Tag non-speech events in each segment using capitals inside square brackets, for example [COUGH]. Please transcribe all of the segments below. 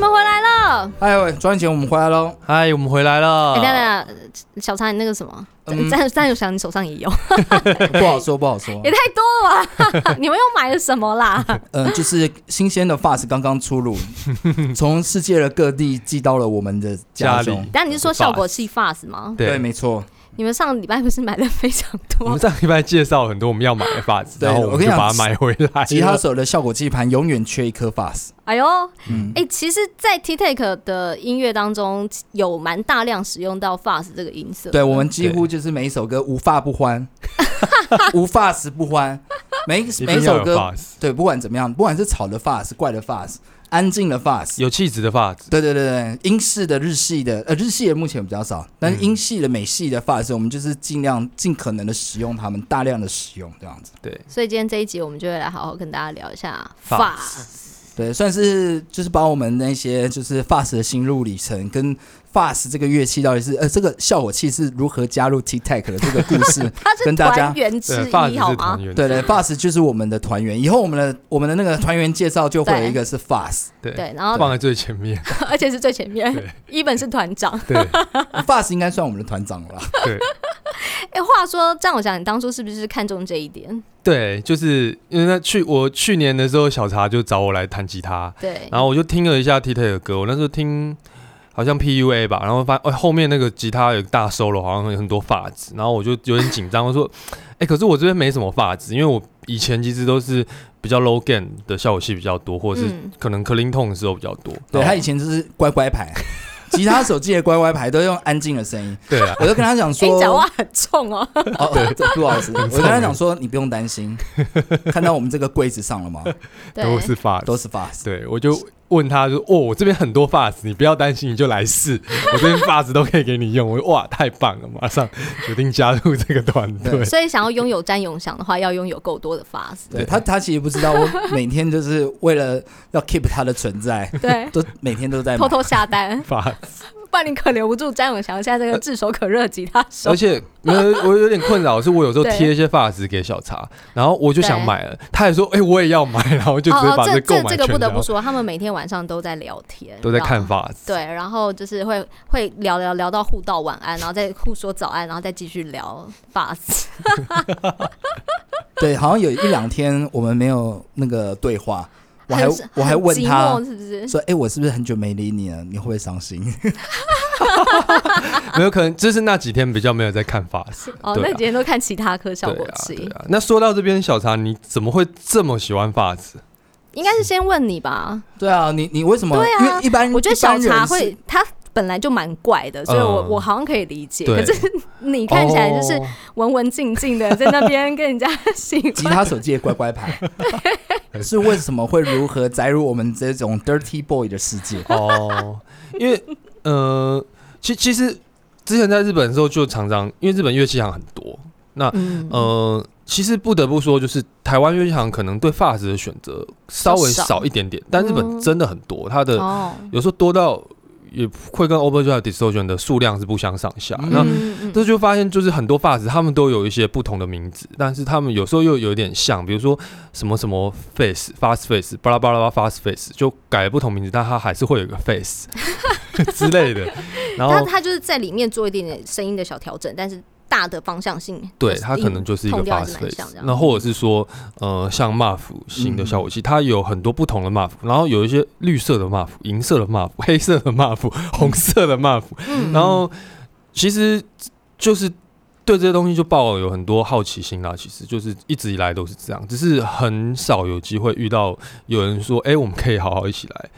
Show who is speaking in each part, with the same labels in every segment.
Speaker 1: 了。
Speaker 2: 哎喂，专辑我们回来喽。
Speaker 3: 嗨，我们回来了
Speaker 1: 哎，。等一下等一下，小常你那个什么，
Speaker 2: 嗯
Speaker 1: 战战友想你手上也有，
Speaker 2: [LAUGHS] 不好说，不好说
Speaker 1: 也。太多了吧？你们又买了什么啦？
Speaker 2: [LAUGHS] 嗯、就是新鲜的发丝刚刚出炉，从世界的各地寄到了我们的家
Speaker 3: 家里
Speaker 2: 中。
Speaker 1: 等一下你是说效果器 FAS 吗？
Speaker 2: 对，
Speaker 3: 对，
Speaker 2: 没错。
Speaker 1: 你们上礼拜不是买的非常
Speaker 3: 我
Speaker 1: 多
Speaker 3: 们？上礼拜介绍很多我们要买的发子，
Speaker 2: 对
Speaker 3: 然后
Speaker 2: 我
Speaker 3: 我
Speaker 2: 跟
Speaker 3: 们
Speaker 2: 你
Speaker 3: 就
Speaker 2: 讲
Speaker 3: 把它买回来了。
Speaker 2: 吉他手的效果键盘永远缺一颗发丝。
Speaker 1: 哎呦，
Speaker 2: 嗯，
Speaker 1: 哎、其实，在 T Take 的音乐当中，有蛮大量使用到 FAS 这个音色。
Speaker 2: 对，我们几乎就是每一首歌无发不 [LAUGHS] 欢，无发时不欢。每
Speaker 3: 一
Speaker 2: 每
Speaker 3: 定
Speaker 2: 一
Speaker 3: 要
Speaker 2: 首
Speaker 3: 有
Speaker 2: 歌，
Speaker 3: 发子，
Speaker 2: 对，不管怎么样，不管是吵的发丝、怪的发丝、安静的发丝，
Speaker 3: 有气质的发子。
Speaker 2: 对对对对，英式的、日系的，呃，日系的目前比较少，但是英系的、美系的发丝，我们就是尽量尽可能的使用它们，大量的使用这样子。
Speaker 3: 对，
Speaker 1: 所以今天这一集，我们就会来好好跟大家聊一下
Speaker 3: Fuzz
Speaker 1: FAS。
Speaker 2: 对，算是就是把我们那些就是发丝的心路里程跟。发丝这个乐器到底是呃，这个效果器是如何加入 T Tech 的这个故事？
Speaker 1: 它是
Speaker 2: 跟大家
Speaker 1: 团员之
Speaker 3: 对，发子
Speaker 1: 一，好
Speaker 3: 是
Speaker 1: 吗
Speaker 3: 团？员。
Speaker 2: 对对，FAS 就是我们的团员。以后我们的我们的那个团员介绍就会有一个是 FAS，
Speaker 3: 对，
Speaker 1: 对，然后
Speaker 3: 放在最前面。
Speaker 1: [LAUGHS] 而且是最前面
Speaker 3: 对，
Speaker 1: [LAUGHS] 一本是团
Speaker 3: [LAUGHS]
Speaker 1: 长。
Speaker 3: 对
Speaker 2: FAS 应该算我们的团长了啦。
Speaker 3: 对
Speaker 1: 哎、话说，这样我想，你当初是不是看中这一点？
Speaker 3: 对，就是因为那去我去年的时候，小茶就找我来弹吉他，
Speaker 1: 对，
Speaker 3: 然后我就听了一下 T T 的歌，我那时候听好像 P U A 吧，然后发现、哎后面那个吉他有大 solo，好像有很多发质，然后我就有点紧张，我说， [LAUGHS] 哎、可是我这边没什么发质，因为我以前其实都是比较 low gain 的效果器比较多，或者是
Speaker 1: 嗯，
Speaker 3: 可能 clean tone 的时候比较多。
Speaker 2: 对
Speaker 3: 然
Speaker 2: 他
Speaker 3: 后
Speaker 2: 以前就是乖乖牌，吉他手记的乖乖牌都用安静的声音。
Speaker 3: 对啊，
Speaker 2: 我就跟他讲
Speaker 1: 哎
Speaker 2: 说
Speaker 1: 你，讲话很重
Speaker 3: [LAUGHS]
Speaker 1: 哦。
Speaker 2: 哦，对，欸杜老师，我就跟他讲说，你不用担心，看到我们这个柜子上了吗？
Speaker 1: 对，
Speaker 3: 都是发质
Speaker 2: 都是 FAS。
Speaker 3: 对，我就问他说：“哦，我这边很多发子，你不要担心，你就来试， [LAUGHS] 我这边发子都可以给你用。”我说：“哇，太棒了！”马上决定加入这个团队
Speaker 2: 对。
Speaker 1: 所以想要拥有詹永祥的话，要拥有够多的
Speaker 3: [LAUGHS]
Speaker 1: FAS。
Speaker 2: 对他，他其实不知道，我每天就是为了要 keep 他的存在，
Speaker 1: 对，
Speaker 2: 都每天都在
Speaker 1: 偷
Speaker 2: 买。
Speaker 1: 偷下单， [LAUGHS]
Speaker 3: 发，
Speaker 1: 不然你可留不住詹永祥现在这个炙手可热的吉他手
Speaker 3: 而。且没有，我有点困扰，是我有时候
Speaker 1: 对
Speaker 3: 贴一些发子给小茶，然后我就想
Speaker 1: 对
Speaker 3: 买了，他也说：“哎、我也要买。”然后就直接
Speaker 1: 哦
Speaker 3: 把
Speaker 1: 哦，这
Speaker 3: 购
Speaker 1: 这
Speaker 3: 买
Speaker 1: 这
Speaker 3: 全
Speaker 1: 个不得
Speaker 3: 家
Speaker 1: 不说，他们每天晚上都在聊天，
Speaker 3: 都在
Speaker 1: 然后
Speaker 3: 看。发子。
Speaker 1: 对，然后就是会会聊聊聊到互道晚安，然后再互说早安，然后再继续聊 bus。
Speaker 2: 对，好像有一两天我们没有那个对话，我还
Speaker 1: 很
Speaker 2: 我还问
Speaker 1: 很
Speaker 2: 他
Speaker 1: 寂寞是不是？
Speaker 2: 说，哎、我是不是很久没理你了？你会不会伤心？ [LAUGHS]
Speaker 3: 没有可能，就是那几天比较没有在看发子。
Speaker 1: 哦，
Speaker 3: 对
Speaker 1: 那
Speaker 3: 啊
Speaker 1: 几天都看其他科效
Speaker 3: 对
Speaker 1: 果
Speaker 3: 啊，对
Speaker 1: 器，
Speaker 3: 啊。那说到这边，小茶，你怎么会这么喜欢发子？
Speaker 1: 应该是先问你吧。
Speaker 2: 对啊，你你为什么？
Speaker 1: 对啊
Speaker 2: 因为一般
Speaker 1: 我觉得
Speaker 2: 嗯一般
Speaker 1: 小
Speaker 2: 人
Speaker 1: 茶
Speaker 2: 是
Speaker 1: 会，他本来就蛮怪的，所以我
Speaker 3: 嗯
Speaker 1: 我好像可以理解。
Speaker 3: 对
Speaker 1: 可是你看起来就是
Speaker 3: 哦
Speaker 1: 文文静静的，在那边跟人家喜欢
Speaker 2: 吉他手界乖
Speaker 1: [LAUGHS]
Speaker 2: 乖牌，是为什么会如何载入我们这种 dirty boy 的世界？
Speaker 3: 哦，因为呃，其其实之前在日本的时候就常常，因为日本乐器行很多，那
Speaker 1: 嗯
Speaker 3: 呃，其实不得不说，就是台湾乐器行可能对发质的选择稍微
Speaker 1: 比较少
Speaker 3: 少一点点，但日本
Speaker 1: 嗯
Speaker 3: 真的很多，它的
Speaker 1: 哦，
Speaker 3: 有时候多到也会跟 Overdrive、Distortion 的数量是不相上下。
Speaker 2: 嗯。
Speaker 3: 那
Speaker 1: 嗯嗯
Speaker 3: 这就发现，就是很多发质，他们都有一些不同的名字，但是他们有时候又有点像，比如说什么什么 face、fast face、巴拉巴拉巴拉 fast face，就改了不同名字，但它还是会有一个 face [LAUGHS] 之类的。然
Speaker 1: 他
Speaker 3: 后，
Speaker 1: 他就是在里面做一点点声音的小调整，但是大的方向性，
Speaker 3: 对，它可能就是一个
Speaker 1: 痛调还
Speaker 3: fast
Speaker 1: 是蛮像
Speaker 3: face
Speaker 1: 这。样
Speaker 3: 那或者是说，呃，像 muff 型的效果器，它有很多不同的 muff，然后有一些绿色的 muff、银色的 muff、黑 [LAUGHS] 色的 muff、红 [LAUGHS] 色的 muff，
Speaker 1: 嗯
Speaker 3: 然后其实就是对这些东西就抱有很多好奇心啦。其实就是一直以来都是这样，只是很少有机会遇到有人说：“哎、我们可以好好一起来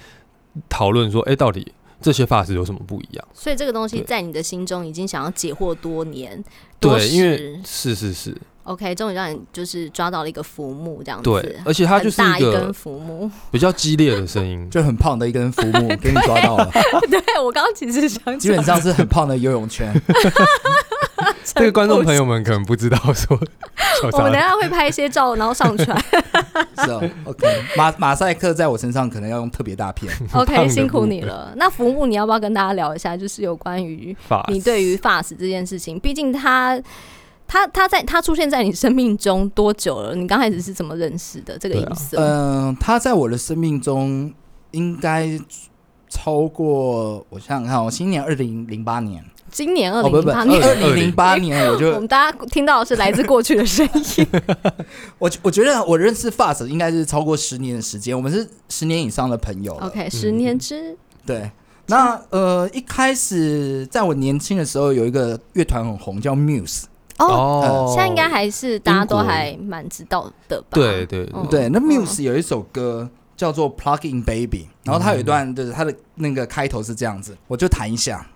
Speaker 3: 讨论说，哎、到底这些发质有什么不一样
Speaker 1: 所以这个东西
Speaker 3: 对
Speaker 1: 在你的心中已经想要解惑多年，？”多
Speaker 3: 对，因为
Speaker 1: 时
Speaker 3: 是是是，
Speaker 1: OK，终于让你就是抓到了一个浮木这样子，
Speaker 3: 对，而且它就是
Speaker 1: 很
Speaker 3: 一
Speaker 1: 大一根
Speaker 3: 个
Speaker 1: 浮
Speaker 3: [LAUGHS]
Speaker 1: 木。
Speaker 3: 比较激烈的声 [LAUGHS] 音
Speaker 2: 就很胖的一根浮木给你抓到了，
Speaker 1: 对我刚刚其实想
Speaker 2: 基本上是很胖的游泳圈。 [LAUGHS]
Speaker 3: 这个观众朋
Speaker 1: 友，
Speaker 3: 友们可能不知道
Speaker 1: [LAUGHS]
Speaker 3: 说，小
Speaker 1: 我们等一
Speaker 3: 杂
Speaker 1: 下会拍一些照，然后上
Speaker 3: [LAUGHS]
Speaker 1: 传。
Speaker 2: 是哦，OK。马马赛克在我身上可能要用特别大片。
Speaker 1: OK，
Speaker 3: 胖的
Speaker 1: 辛苦
Speaker 3: 部
Speaker 1: 你
Speaker 3: 分
Speaker 1: 了。那浮木，你要不要跟大家聊一下，就是有关于
Speaker 3: 发
Speaker 1: 你对于发丝这件事情，毕竟他他他在他出现在你生命中多久了？你刚开始是怎么认识的这个
Speaker 3: 对
Speaker 1: 音
Speaker 2: 呃
Speaker 3: 啊
Speaker 1: 色？
Speaker 2: 嗯、他在我的生命中应该超过我想想看哦，今年二零零八年，
Speaker 1: 今年二
Speaker 2: 哦不
Speaker 1: 零零
Speaker 2: 不，
Speaker 1: 八
Speaker 2: 二
Speaker 1: 年，
Speaker 2: 零零八年我
Speaker 1: 我 [LAUGHS]
Speaker 2: 就
Speaker 1: 们大家听到的是来自过去的声音。
Speaker 2: 我我觉得我认识发子应该是超过十年的时间，我们是十年以上的朋友了。嗯
Speaker 1: OK，十年之
Speaker 2: 对，那呃一开始在我年轻的时候，有一个乐团很红叫 Muse，
Speaker 1: 哦，现在应该还是大家都还蛮知道的吧？
Speaker 3: 对对
Speaker 1: 嗯
Speaker 2: 对，那
Speaker 1: 嗯
Speaker 2: Muse 有一首歌叫做《Plug In Baby》，然后它有一段就是它的那个开头是这样子，我就弹一下。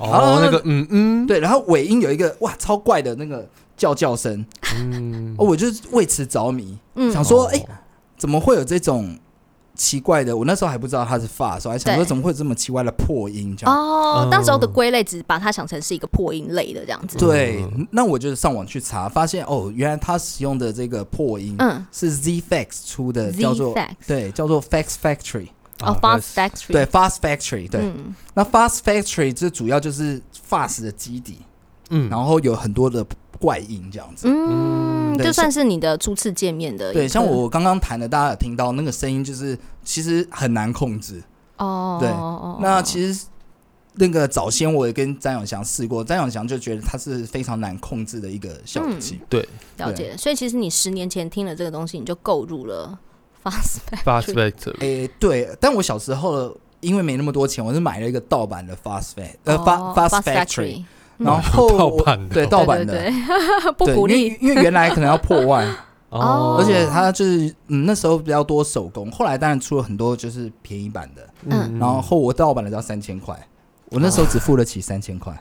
Speaker 3: 哦，那个嗯嗯，
Speaker 2: 对，然后尾音有一个哇超怪的那个叫叫声，
Speaker 3: 嗯
Speaker 2: 哦，我就是为此着迷，
Speaker 1: 嗯
Speaker 2: 想说哎、怎么会有这种奇怪的？我那时候还不知道它是发，所以还想说
Speaker 1: 对
Speaker 2: 怎么会有这么奇怪的破音这样。
Speaker 1: 哦
Speaker 3: 嗯，
Speaker 1: 当时候的归类只把它想成是一个破音类的这样子。
Speaker 2: 对
Speaker 3: 嗯，
Speaker 2: 那我就上网去查，发现哦，原来它使用的这个破音
Speaker 1: 嗯
Speaker 2: 是 ZFX 出的，
Speaker 1: ，Z
Speaker 2: 叫做
Speaker 1: Fax
Speaker 2: 对，叫做 Fax Factory，
Speaker 1: 哦，Fast Factory
Speaker 2: 啊对，Fast Factory，对。
Speaker 1: 嗯
Speaker 2: 那 Fast Factory 这主要就是 Fast 的基底，
Speaker 3: 嗯，
Speaker 2: 然后有很多的怪音这样子。
Speaker 1: 嗯，
Speaker 2: 对
Speaker 1: 就算是你的初次见面的一个，
Speaker 2: 对，像我刚刚弹的，大家有听到那个声音，就是其实很难控制。
Speaker 1: 哦，
Speaker 2: 对
Speaker 1: 哦
Speaker 2: 那其实那个早先我也跟张永祥试过，张永祥就觉得它是非常难控制的一个效
Speaker 1: 嗯
Speaker 2: 果器。
Speaker 1: 哦了解，所以其实你十年前听了这个东西，你就购入了 Fast
Speaker 3: Fast
Speaker 1: Factory。
Speaker 3: Factory，
Speaker 2: 诶、对，但我小时候因为没那么多钱，我是买了一个盗版的 Fast Fac 呃、
Speaker 1: 哦
Speaker 2: Fa- Fast Factory，
Speaker 1: Factory
Speaker 2: 然后
Speaker 3: [LAUGHS] 盗版的
Speaker 2: 对
Speaker 3: 哦
Speaker 2: 盗版的，
Speaker 1: 对对 [LAUGHS] 对不
Speaker 2: 对
Speaker 1: 鼓
Speaker 2: 因
Speaker 1: 励。
Speaker 2: 为因为原来可能要破万。
Speaker 1: 哦
Speaker 2: 而且它就是嗯那时候比较多手工，后来当然出了很多就是便宜版的，
Speaker 1: 嗯
Speaker 2: 然后我盗版的要三千块，我那时候只付得起三千块，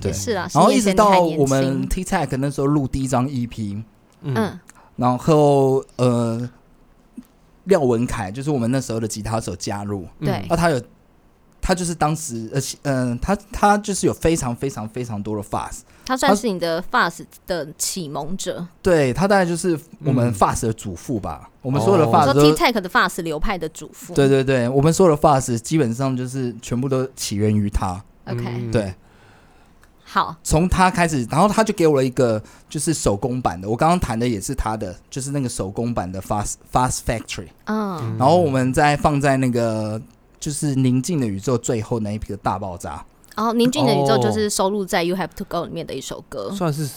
Speaker 2: 对
Speaker 1: 也。哦是啦，
Speaker 2: 然后
Speaker 1: 10
Speaker 2: 一
Speaker 1: 年
Speaker 2: 直
Speaker 1: 前你
Speaker 2: 到
Speaker 1: 还年
Speaker 2: 我们
Speaker 1: 轻
Speaker 2: T Tech 那时候录第一张 EP，
Speaker 1: 嗯
Speaker 2: 然后呃廖文凯就是我们那时候的吉他手加入，
Speaker 3: 嗯
Speaker 2: 啊
Speaker 1: 对
Speaker 2: 那他有他就是当时而且嗯他他就是有非常非常非常多的 fast，
Speaker 1: 他算是你的 Fast 的启蒙者。
Speaker 2: 对他大概就是我们
Speaker 3: 嗯
Speaker 2: fast 的祖父吧，我们所有的
Speaker 3: 哦
Speaker 1: 我
Speaker 2: fast
Speaker 1: 说
Speaker 2: 都
Speaker 1: T Tech 的 Fast 流派的主妇。
Speaker 2: 对对对，我们所有的 fast 基本上就是全部都起源于他。
Speaker 3: 嗯
Speaker 1: ，OK，
Speaker 2: 对，
Speaker 1: 好，
Speaker 2: 从他开始，然后他就给我了一个就是手工版的，我刚刚弹的也是他的，就是那个手工版的 fast fast factory。
Speaker 1: 嗯，
Speaker 2: 然后我们再放在那个就是宁静的宇宙最后那一批的大爆炸。
Speaker 1: 然后宁静的宇宙
Speaker 3: 哦
Speaker 1: 就是收录在 You Have to Go 里面的一首歌。
Speaker 3: 算是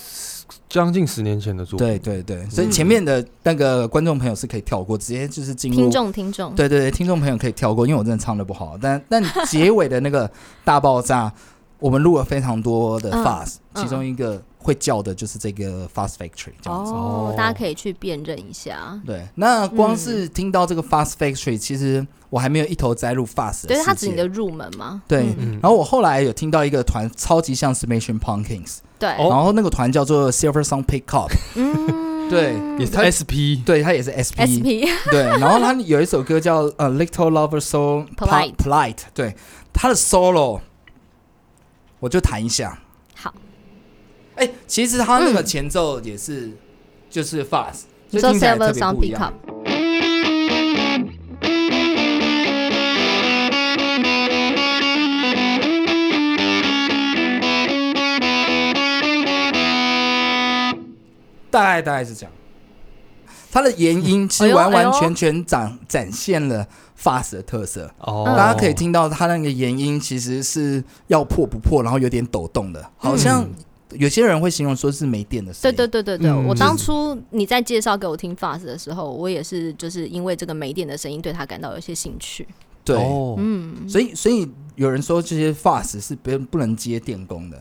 Speaker 3: 将近十年前的作品，
Speaker 2: 对对对，所以前面的那个观众朋友是可以跳过，直接就是进入
Speaker 1: 听。众，听众，
Speaker 2: 对对对，听众朋友可以跳过，因为我真的唱的不好。但 [LAUGHS] 但结尾的那个大爆炸，我们录了非常多的
Speaker 1: 嗯
Speaker 2: fast，、
Speaker 1: 嗯
Speaker 2: 其中一个会叫的就是这个 fast factory 这样子。
Speaker 1: 哦
Speaker 3: 哦，
Speaker 1: 大家可以去辨认一下。
Speaker 2: 对，那光是
Speaker 1: 嗯
Speaker 2: 听到这个 fast factory，、其实我还没有一头栽入 fast 的
Speaker 1: 对，它
Speaker 2: 世
Speaker 1: 指你
Speaker 2: 界。
Speaker 1: 的入门嘛？
Speaker 2: 对
Speaker 1: 嗯
Speaker 3: 嗯，
Speaker 2: 然后我后来有听到一个团超级像 Smashing Pumpkins，、
Speaker 1: 对，
Speaker 3: 哦
Speaker 2: 然后那个团叫做 Silver Sun Pickup，
Speaker 1: 嗯，
Speaker 2: [LAUGHS] 对
Speaker 3: 也是 SP，
Speaker 2: 对，它也是 E SP，,
Speaker 1: SP [LAUGHS]
Speaker 2: 对，然后它有一首歌叫呃 Little Lover So
Speaker 1: Polite
Speaker 2: Polite，对，它的 solo 我就弹一下，
Speaker 1: 好，
Speaker 2: 哎、其实它那个
Speaker 1: 嗯
Speaker 2: 前奏也是、就是 fast，
Speaker 1: 你
Speaker 2: 就
Speaker 1: 说
Speaker 2: 听起来特
Speaker 1: Silver
Speaker 2: 别
Speaker 1: Sound
Speaker 2: 不一
Speaker 1: Pick
Speaker 2: 样
Speaker 1: Up，。
Speaker 2: 大概大概是这样。它的延音其
Speaker 1: 哎
Speaker 2: 实
Speaker 1: 呦
Speaker 2: 完
Speaker 1: 哎
Speaker 2: 完
Speaker 1: 呦
Speaker 2: 全全展展现了 fast 的特色，
Speaker 3: 哦，
Speaker 1: 哎
Speaker 2: 大家可以听到它那个延音其实是要破不破，然后有点抖动的，好像有些人会形容说是没电的声
Speaker 1: 对
Speaker 2: 音。
Speaker 1: 嗯对对对对，
Speaker 3: 嗯
Speaker 1: 我
Speaker 3: 就是
Speaker 1: 当初你在介绍给我听 Fast 的时候，我也是就是因为这个没电的声音对他感到有些兴趣。
Speaker 2: 对
Speaker 3: 哦
Speaker 1: 嗯，
Speaker 2: 所以所以有人说这些 fast 是不不能接电工的，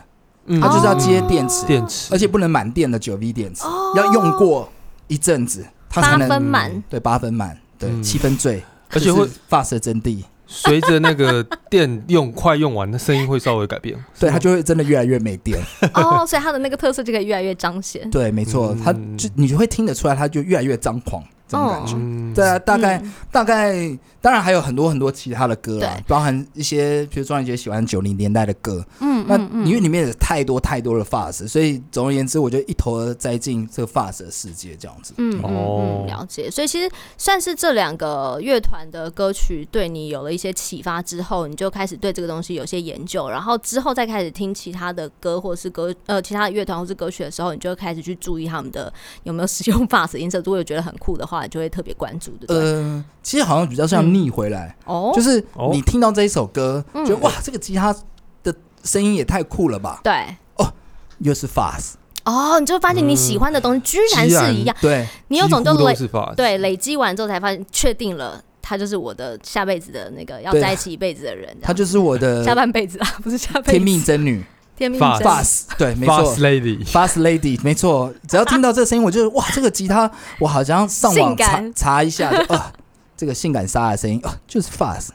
Speaker 3: 嗯
Speaker 2: 它就是要接
Speaker 1: 哦
Speaker 2: 电池，
Speaker 3: 电池，
Speaker 2: 而且不能满电的九 V 电池，
Speaker 3: 哦
Speaker 2: 要用过一阵子它才
Speaker 1: 八
Speaker 2: 能
Speaker 1: 分满，
Speaker 2: 对八分满，对、
Speaker 3: 嗯
Speaker 2: 七分醉，
Speaker 3: 而且会
Speaker 2: fast 的真谛，
Speaker 3: 随着那个电用快用完，那声音会稍微改变。
Speaker 2: 对它就会真的越来越没电。 [LAUGHS]
Speaker 1: 哦，所以他的那个特色就可以越来越彰显。
Speaker 2: 对，没错，
Speaker 3: 嗯
Speaker 2: 他就你就会听得出来，他就越来越张狂。这种感觉。
Speaker 3: 嗯，
Speaker 2: 对啊，大概、
Speaker 1: 嗯
Speaker 2: 大概，当然还有很多很多其他的歌啊
Speaker 1: 对，
Speaker 2: 包含一些，比如庄宇杰喜欢九零年代的歌，
Speaker 1: 嗯，
Speaker 2: 那
Speaker 1: 嗯嗯
Speaker 2: 因为里面有太多太多的 fast，所以总而言之，我就一头栽进这个 fast 的世界这样子。
Speaker 1: 嗯嗯
Speaker 3: 哦
Speaker 1: 嗯，了解。所以其实算是这两个乐团的歌曲对你有了一些启发之后，你就开始对这个东西有些研究，然后之后再开始听其他的歌或是歌呃其他的乐团或是歌曲的时候，你就会开始去注意他们的有没有使用 [LAUGHS] 发色音色。如果有觉得很酷的话，你就会特别关注，对不对？
Speaker 2: 呃，其实好像比较像逆回来，
Speaker 1: 哦，
Speaker 2: 就是
Speaker 3: 哦
Speaker 2: 你听到这一首歌，
Speaker 1: 嗯
Speaker 2: 觉得哇，这个吉他的声音也太酷了吧，
Speaker 1: 对。
Speaker 2: 又是 fast，
Speaker 1: 哦，你就会发现你喜欢的东西居然
Speaker 3: 既
Speaker 1: 是
Speaker 3: 嗯然
Speaker 1: 一样，
Speaker 2: 对，
Speaker 1: [LAUGHS] 你有种
Speaker 3: 几
Speaker 1: 就
Speaker 3: 乎都
Speaker 1: 累
Speaker 3: 是法
Speaker 1: 对，累积完之后才发现，确定了，他就是我的下辈子的那个要
Speaker 2: 对
Speaker 1: 在一起一辈子的人，这样
Speaker 2: 她就是我
Speaker 1: 下
Speaker 2: 的
Speaker 1: 半辈子啊， [LAUGHS] 不是下辈子，
Speaker 2: 天命真女
Speaker 1: 天命
Speaker 3: 发
Speaker 1: 真
Speaker 2: fast，对，没错
Speaker 3: Fast。Lady，
Speaker 2: Fast Lady，没错，只要听到这个声音，我就哇，这个吉他，我好像上网
Speaker 1: 性
Speaker 2: 查
Speaker 1: 感
Speaker 2: 查一下，就啊，这个性感沙的声音，啊，就是
Speaker 1: [LAUGHS]
Speaker 2: Fast，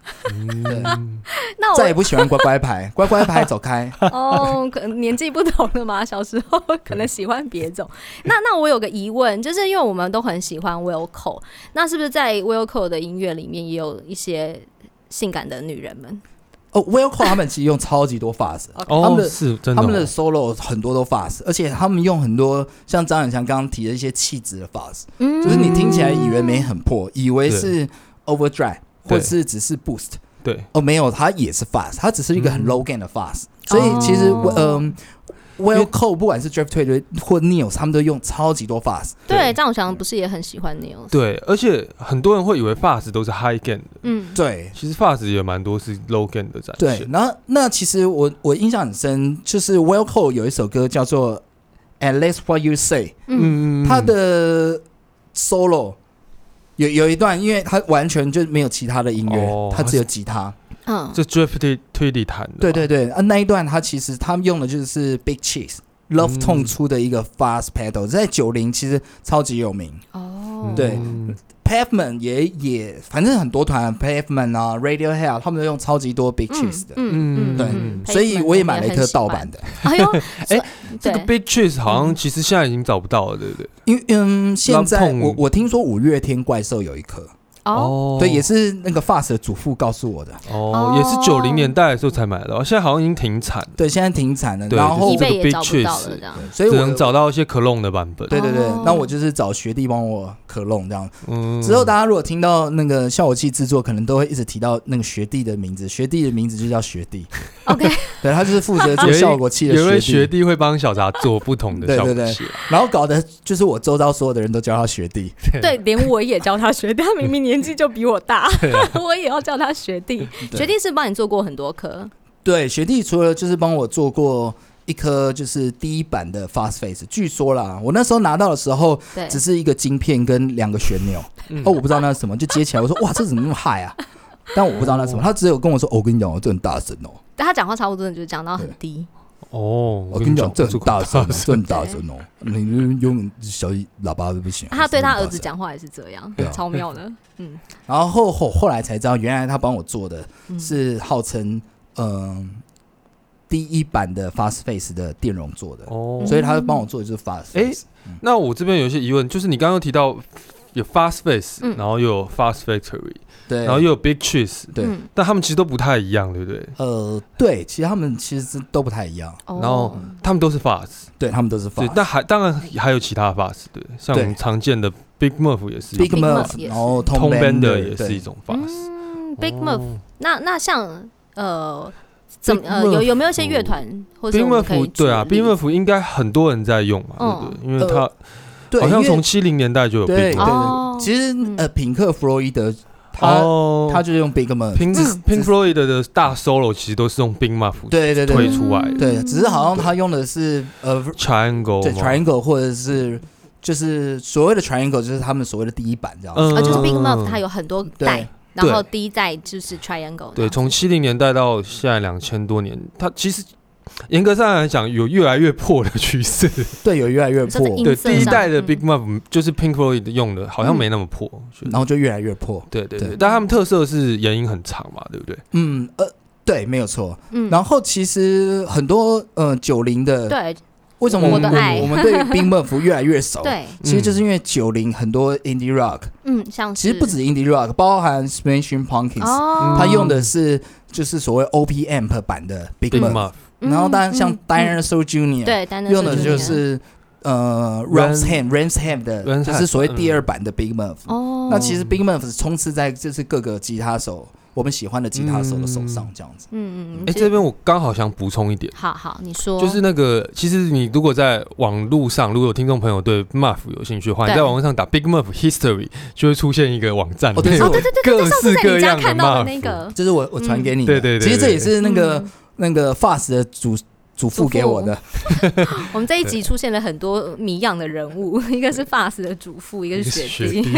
Speaker 3: 嗯
Speaker 1: 那
Speaker 2: 再也
Speaker 1: 我
Speaker 2: 不喜欢乖乖牌，乖乖牌走开，
Speaker 1: 哦，可能年纪不同了嘛，小时候可能喜欢别种。那那我有个疑问，就是因为我们都很喜欢 Will Cole，那是不是在 Will Cole 的音乐里面也有一些性感的女人们？
Speaker 2: 哦，Welcome 他们其实用超级多 fast，他们
Speaker 3: [LAUGHS] 哦，
Speaker 2: 的
Speaker 3: 是真的
Speaker 2: 他
Speaker 3: 哦，
Speaker 2: 们的 solo 很多都 fast，而且他们用很多像张远强刚刚提的一些气质的 fast，
Speaker 1: 嗯
Speaker 2: 就是你听起来以为没很破，以为是 overdrive
Speaker 3: 对
Speaker 2: 或是只是 boost，
Speaker 3: 对，
Speaker 2: 哦，没有，它也是 fast，它只是一个很
Speaker 3: 嗯
Speaker 2: low gain 的 fast，所以其实
Speaker 1: 哦
Speaker 2: 嗯。Well Cole 不管是 Jeff t a y l o 或 Neil，他们都用超级多 fast，
Speaker 1: 对张永
Speaker 2: 嗯
Speaker 1: 祥不是也很喜欢 Neil？，
Speaker 3: 对，而且很多人会以为 Fast 都是 High Gain 的，
Speaker 1: 嗯，
Speaker 2: 对
Speaker 3: 其实 Fast 也蛮多是 Low Gain 的展
Speaker 2: 对
Speaker 3: 现。。
Speaker 2: 然后那其实我我印象很深，就是 Well Cole 有一首歌叫做《At Least What You Say》，
Speaker 1: 嗯
Speaker 2: 他的 solo 有有一段，因为他完全就没有其他的音乐
Speaker 3: 哦，
Speaker 2: 他只有吉他。
Speaker 1: 嗯，
Speaker 3: 这 Drift 推理弹的，
Speaker 2: 对，对对，啊，那一段他其实他们用的就是 Big Cheese Love
Speaker 3: 嗯
Speaker 2: Tone 出的一个 fast pedal，在九零其实超级有名。
Speaker 1: 哦，
Speaker 2: 对
Speaker 3: 嗯
Speaker 2: Pavement 也也，反正很多团 Pavement 啊，Radiohead 啊他们都用超级多 Big
Speaker 1: 嗯
Speaker 2: Cheese 的，
Speaker 1: 嗯嗯，
Speaker 3: 对
Speaker 1: 嗯
Speaker 2: 所以我也买了一颗盗。
Speaker 1: Pavement
Speaker 2: 版的，
Speaker 1: 我也很喜欢哎呦，
Speaker 3: [LAUGHS] 哎
Speaker 1: 所，
Speaker 3: 这个嗯
Speaker 1: 对
Speaker 3: Big Cheese 好像其实现在已经找不到了，对不对？
Speaker 2: 因为嗯，现在
Speaker 3: Love Tone
Speaker 2: 我我听说五月天怪兽有一颗，
Speaker 1: 哦，
Speaker 2: 对，也是那个 fast 的祖父告诉我的。
Speaker 3: 哦，也是
Speaker 1: 哦
Speaker 3: 九零年代的时候才买的哦，现在好像已经停产，
Speaker 2: 对，现在停产了，
Speaker 3: 对
Speaker 2: 然
Speaker 3: 就
Speaker 2: 后
Speaker 1: 一
Speaker 3: 是哦这
Speaker 1: 辈
Speaker 3: 个
Speaker 1: 也
Speaker 3: Big
Speaker 1: 找不到
Speaker 3: Cheese
Speaker 1: 了，这样。
Speaker 2: 所以
Speaker 3: 只
Speaker 2: 哎我
Speaker 3: 能找到一些 Clone 的版本。
Speaker 2: 对对对
Speaker 1: 哦，
Speaker 2: 那我就是找学弟帮我克隆这样。
Speaker 3: 嗯
Speaker 2: 之后大家如果听到那个效果器制作，可能都会一直提到那个学弟的名字，学弟的名字就叫学弟，
Speaker 1: OK，
Speaker 2: [LAUGHS] 对他就是负
Speaker 3: [LAUGHS]
Speaker 2: 责
Speaker 3: 有
Speaker 2: 做
Speaker 3: 一
Speaker 2: 效果器
Speaker 3: 有一位
Speaker 2: 的
Speaker 3: 学
Speaker 2: 学弟，
Speaker 3: 弟会帮小茶做不同的
Speaker 2: 对
Speaker 3: 效
Speaker 2: 对
Speaker 3: 果
Speaker 2: 对
Speaker 3: 器，
Speaker 2: 然后搞得就是我周遭所有的人都叫他学弟。
Speaker 1: 对，连我也叫他学弟，他明明年纪就比我
Speaker 3: [LAUGHS]
Speaker 1: 大，
Speaker 3: 啊
Speaker 1: [LAUGHS] 我也要叫他学弟。
Speaker 2: 对
Speaker 1: 学弟是帮你做过很多科，
Speaker 2: 对，学弟除了就是帮我做过。一颗就是第一版的 Fast Face，据说啦，我那时候拿到的时候
Speaker 1: 对，
Speaker 2: 只是一个晶片跟两个旋钮，
Speaker 3: 嗯
Speaker 2: 哦，我不知道那是什么，就接起来，我说哇，这怎么那么嗨 [LAUGHS] 啊？但我不知道那是什么，他只有跟我说，哦我跟你讲哦，这很大声哦，
Speaker 1: 但他讲话差不多就是讲到很低，
Speaker 3: 哦，
Speaker 2: 我跟你讲，这很大声哦，这很大
Speaker 1: 大
Speaker 2: 声
Speaker 1: 声
Speaker 2: 哦，你用小喇叭都不行。
Speaker 1: 他对他儿
Speaker 2: 这
Speaker 1: 子
Speaker 2: 很大声。
Speaker 1: 讲话也是这样
Speaker 2: 对啊，
Speaker 1: 超妙的。嗯，
Speaker 2: 然后后后后来才知道，原来他帮我做的
Speaker 1: 嗯
Speaker 2: 是号称嗯第一版的 Fast Face 的电容做的，嗯
Speaker 3: 哦。
Speaker 2: 所以他帮我做的就是 Fast Face。
Speaker 3: 那我这边有一些疑问，就是你刚刚提到有 Fast Face，
Speaker 1: 嗯
Speaker 3: 然后又有 Fast Factory，
Speaker 2: 对，
Speaker 3: 然后又有 Big Cheese，
Speaker 2: 对
Speaker 1: 嗯
Speaker 3: 但他们其实都不太一样，对不对？
Speaker 2: 呃，对，其实他们其实都不太一样，
Speaker 1: 哦
Speaker 3: 然后他们都是 Fast，
Speaker 2: 对他们都是
Speaker 3: 对
Speaker 2: Fast，。
Speaker 3: 但还当然还有其他的 Fast，对，像我们
Speaker 2: 对
Speaker 3: 常见的 Big Muff 也是
Speaker 2: Big
Speaker 1: Big Muff
Speaker 2: Mouth，
Speaker 1: 也是
Speaker 2: 然后
Speaker 3: Tom Bender
Speaker 2: Bender
Speaker 3: 也
Speaker 2: 对
Speaker 3: 是一种 Fast。
Speaker 1: 嗯，Big
Speaker 3: 哦
Speaker 1: Muff，那那像呃。怎么
Speaker 3: Big
Speaker 1: 呃
Speaker 3: Muff
Speaker 1: 有有没有一些乐团或者
Speaker 3: Big
Speaker 1: 我们可以嗯
Speaker 3: Muff 对啊
Speaker 1: 举
Speaker 3: ，Big
Speaker 1: 例
Speaker 3: Muff 应该很多人在用嘛，对不对？因为它
Speaker 2: 呃对，
Speaker 3: 好像
Speaker 2: 因为
Speaker 3: 从七零年代就有 Big
Speaker 2: 对对
Speaker 3: Muff。
Speaker 1: 哦
Speaker 2: 对，其实
Speaker 1: 嗯
Speaker 2: 呃，品克·弗洛伊德他
Speaker 3: 哦，
Speaker 2: 他就是用 Big Man，
Speaker 3: Pink
Speaker 2: 只是
Speaker 3: Pink Floyd 的大 solo 其实都是用 Big Muff
Speaker 2: 对对
Speaker 3: 推
Speaker 2: 对
Speaker 3: 出
Speaker 1: 嗯
Speaker 3: 来的嗯啊
Speaker 2: 对，只是好像他用的是呃
Speaker 3: Triangle
Speaker 2: 对
Speaker 3: 嘛
Speaker 2: triangle 或者是就是所谓的 triangle 就是他们所谓的第一版这样子，
Speaker 3: 嗯
Speaker 1: 啊，就是 Big Muff 它有很多代
Speaker 2: 对，
Speaker 1: 然后
Speaker 3: 对
Speaker 1: 第一代就是 Triangle，
Speaker 3: 对，
Speaker 1: 这样
Speaker 3: 从七零年代到现在两千多年，它其实严格上来讲有越来越破的
Speaker 1: [LAUGHS]
Speaker 3: 趋势。
Speaker 2: 对，有越来越
Speaker 1: 你说这
Speaker 2: 破，
Speaker 1: 音
Speaker 3: 对，
Speaker 1: 色
Speaker 3: 第一
Speaker 1: 上
Speaker 3: 代的
Speaker 1: 嗯
Speaker 3: Big Muff 就是 Pink Floyd 用的，好像没那么破。觉
Speaker 2: 然
Speaker 3: 得
Speaker 2: 后就越来越破，
Speaker 3: 对对对
Speaker 2: 对，
Speaker 3: 但他们特色是延音很长嘛，对不对？
Speaker 2: 嗯呃。对，没有错。
Speaker 1: 嗯，
Speaker 2: 然后其实很多呃九零的，
Speaker 1: 对，
Speaker 2: 为什么
Speaker 1: 我
Speaker 2: 我
Speaker 1: 的
Speaker 2: 们
Speaker 1: 爱
Speaker 2: 我们对 Big Muff 越来越熟？，
Speaker 1: [LAUGHS] 对，
Speaker 2: 其实
Speaker 3: 嗯
Speaker 2: 就是因为九零很多 indie rock，
Speaker 1: 嗯，像
Speaker 2: 其实不
Speaker 1: 是
Speaker 2: 止 indie rock，包含 Smashing Pumpkins，
Speaker 1: 哦，
Speaker 2: 他用的是就是所谓 OP amp 版的 Big
Speaker 3: 对
Speaker 2: Muff，
Speaker 3: 嘛？
Speaker 1: 嗯
Speaker 2: 然后当然像
Speaker 1: 嗯嗯
Speaker 2: Dinosaur Junior，
Speaker 1: 对，单
Speaker 2: 用的
Speaker 1: 手
Speaker 2: 就
Speaker 1: 机
Speaker 2: 是呃 r a
Speaker 3: Ren-
Speaker 2: m s h a m r a m s h a m 的，
Speaker 3: Ren-
Speaker 2: 就是所谓第
Speaker 3: 嗯
Speaker 2: 二版的 Big Muff。
Speaker 1: 哦，
Speaker 2: 那其实 Big Muff 是充斥在就是各个吉他手，我们喜欢的吉他手的手上这样子。
Speaker 1: 嗯嗯，
Speaker 3: 哎，
Speaker 1: 其
Speaker 3: 这边我刚好想补充一点。
Speaker 1: 好好，你说
Speaker 3: 就是那个，其实你如果在网络上，如果有听众朋友对 Muff 有兴趣的话，你
Speaker 1: 对
Speaker 3: 在网络上打 Big Muff History 就会出现一个网站，
Speaker 2: 哦对
Speaker 3: 内
Speaker 2: 是
Speaker 1: 哦，
Speaker 3: 容
Speaker 1: 对对对对，
Speaker 3: 各
Speaker 1: 对上
Speaker 3: 式
Speaker 1: 次在
Speaker 3: 各
Speaker 1: 你家
Speaker 3: 样的
Speaker 1: 看到的那
Speaker 3: Muff。
Speaker 1: 个
Speaker 2: 就是我我传给你的，
Speaker 3: 嗯对对对
Speaker 2: 其实这也 [LAUGHS] 是那个、
Speaker 1: 嗯
Speaker 2: 那个 Fast 的祖祖
Speaker 1: 祖
Speaker 2: 父
Speaker 1: 父
Speaker 2: 给我的，
Speaker 1: 我们这一集出现了很多谜样的人物，一个是 Fast 的主妇，一个是雪
Speaker 3: 弟
Speaker 1: 弟。，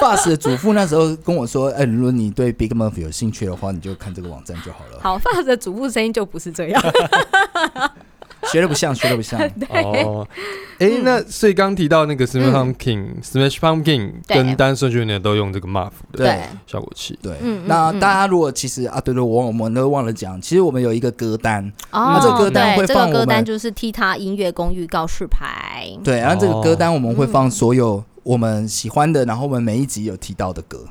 Speaker 2: Fast 的祖父那时候跟我说，哎、如果你对 Big Muff 有兴趣的话，你就看这个网站就好了。
Speaker 1: 好，Fast 的主妇声音就不是这
Speaker 3: [LAUGHS]
Speaker 1: 样，
Speaker 2: 学的不像，学的
Speaker 1: [LAUGHS]
Speaker 2: 不像。
Speaker 3: 哦，哎，那
Speaker 1: 嗯
Speaker 3: 所以刚提到那个 Smash Pumpkin、Smash Pumpkin
Speaker 1: 对
Speaker 3: 跟 Dance Junior 都用这个 Muff 的
Speaker 2: 对
Speaker 3: 效果器，
Speaker 2: 对，
Speaker 1: 嗯嗯
Speaker 2: 那
Speaker 1: 嗯
Speaker 2: 大家如果其实啊，对对，我我们都忘了讲，其实我们有一个歌单，
Speaker 1: 哦，
Speaker 3: 这个
Speaker 2: 歌单
Speaker 1: 对
Speaker 2: 会
Speaker 1: 这
Speaker 2: 放
Speaker 1: 个
Speaker 2: 我
Speaker 1: 歌单
Speaker 2: 们
Speaker 1: 就是踢踏音乐公寓告示牌。
Speaker 2: 对，然后这个
Speaker 3: 哦
Speaker 2: 歌单我们
Speaker 1: 嗯
Speaker 2: 会放所有我们喜欢的，然后我们每一集有提到的歌。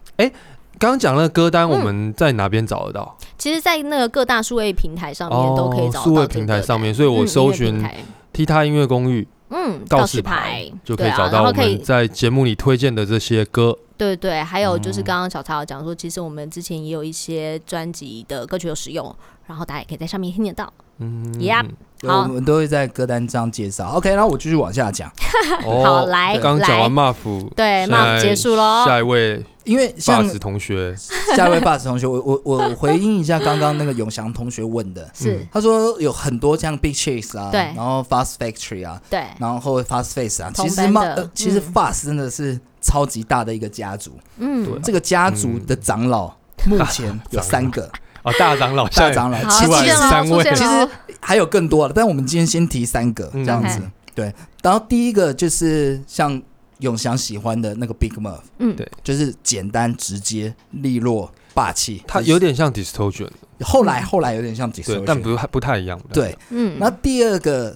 Speaker 3: 刚刚讲那个歌单，我们在哪边找得到？
Speaker 1: 其实，在那个各大数位平台上面
Speaker 3: 哦
Speaker 1: 都可以找到
Speaker 3: 数位
Speaker 1: 这个
Speaker 3: 平台
Speaker 1: 歌单
Speaker 3: 上面所以我
Speaker 1: 嗯
Speaker 3: 搜
Speaker 1: 音乐平
Speaker 3: 寻
Speaker 1: 台
Speaker 3: 踢踏音乐公寓
Speaker 1: 嗯
Speaker 3: 告
Speaker 1: 告
Speaker 3: 示
Speaker 1: 示
Speaker 3: 牌
Speaker 1: 牌
Speaker 3: 就可以
Speaker 1: 对啊
Speaker 3: 找
Speaker 1: 然
Speaker 3: 到
Speaker 1: 后
Speaker 3: 我
Speaker 1: 可以
Speaker 3: 们在节目里推荐的这些歌。
Speaker 1: 对对，还有就是
Speaker 3: 嗯
Speaker 1: 刚刚小曹有讲说，其实我们之前也有一些专辑的歌曲有使用，然后大家也可以在上面听得到。
Speaker 3: 嗯
Speaker 1: Yep
Speaker 2: 对
Speaker 1: 好
Speaker 2: 我们都会在歌单上介绍。OK，那我继续往下讲，
Speaker 3: 哦
Speaker 1: 好来
Speaker 3: 刚讲完
Speaker 1: 来
Speaker 3: Muff，
Speaker 1: 对
Speaker 3: 现
Speaker 1: ，Muff
Speaker 3: 在
Speaker 1: 结束喽。
Speaker 3: 下一位
Speaker 2: 因为像
Speaker 3: Bus 同学，
Speaker 2: 下一位 Bus 同学，我我我回应一下刚刚那个永祥同学问的，
Speaker 3: 嗯
Speaker 1: 是，
Speaker 2: 他说有很多像 Big Chase 啊，
Speaker 1: 对
Speaker 2: 然后 Fast Factory 啊，
Speaker 1: 对，
Speaker 2: 然后 Fast Face 啊，
Speaker 1: 同
Speaker 2: 其
Speaker 1: 班
Speaker 2: 实 Ma
Speaker 1: 的
Speaker 2: 呃其实
Speaker 1: 嗯
Speaker 2: Fast 真的是超级大的一个家族，
Speaker 1: 嗯，
Speaker 2: 这个家族的长
Speaker 3: 嗯
Speaker 2: 老目
Speaker 3: [LAUGHS]
Speaker 2: 前有三个，
Speaker 3: 啊，大长老，
Speaker 2: 大长老，
Speaker 1: 好，哦
Speaker 2: 其
Speaker 3: 出
Speaker 1: 出
Speaker 3: 来
Speaker 1: 现
Speaker 2: 实
Speaker 3: 了三
Speaker 1: 喽，出
Speaker 3: 位
Speaker 1: 现
Speaker 2: 其
Speaker 1: 喽
Speaker 2: 实。还有更多了，但我们今天先提三个
Speaker 3: 嗯
Speaker 2: 这样子
Speaker 1: OK。
Speaker 2: 对，然后第一个就是像永祥喜欢的那个 Big Muff，
Speaker 1: 嗯
Speaker 3: 对
Speaker 2: 就是简单直接、利落、霸气，
Speaker 3: 他
Speaker 2: 就是
Speaker 3: 有点像 Distortion，
Speaker 2: 后来后来有点像 d i s
Speaker 3: 对
Speaker 2: o，
Speaker 3: 但不太不太一样。不太一
Speaker 2: 对
Speaker 3: 样，。
Speaker 1: 嗯，
Speaker 2: 那第二个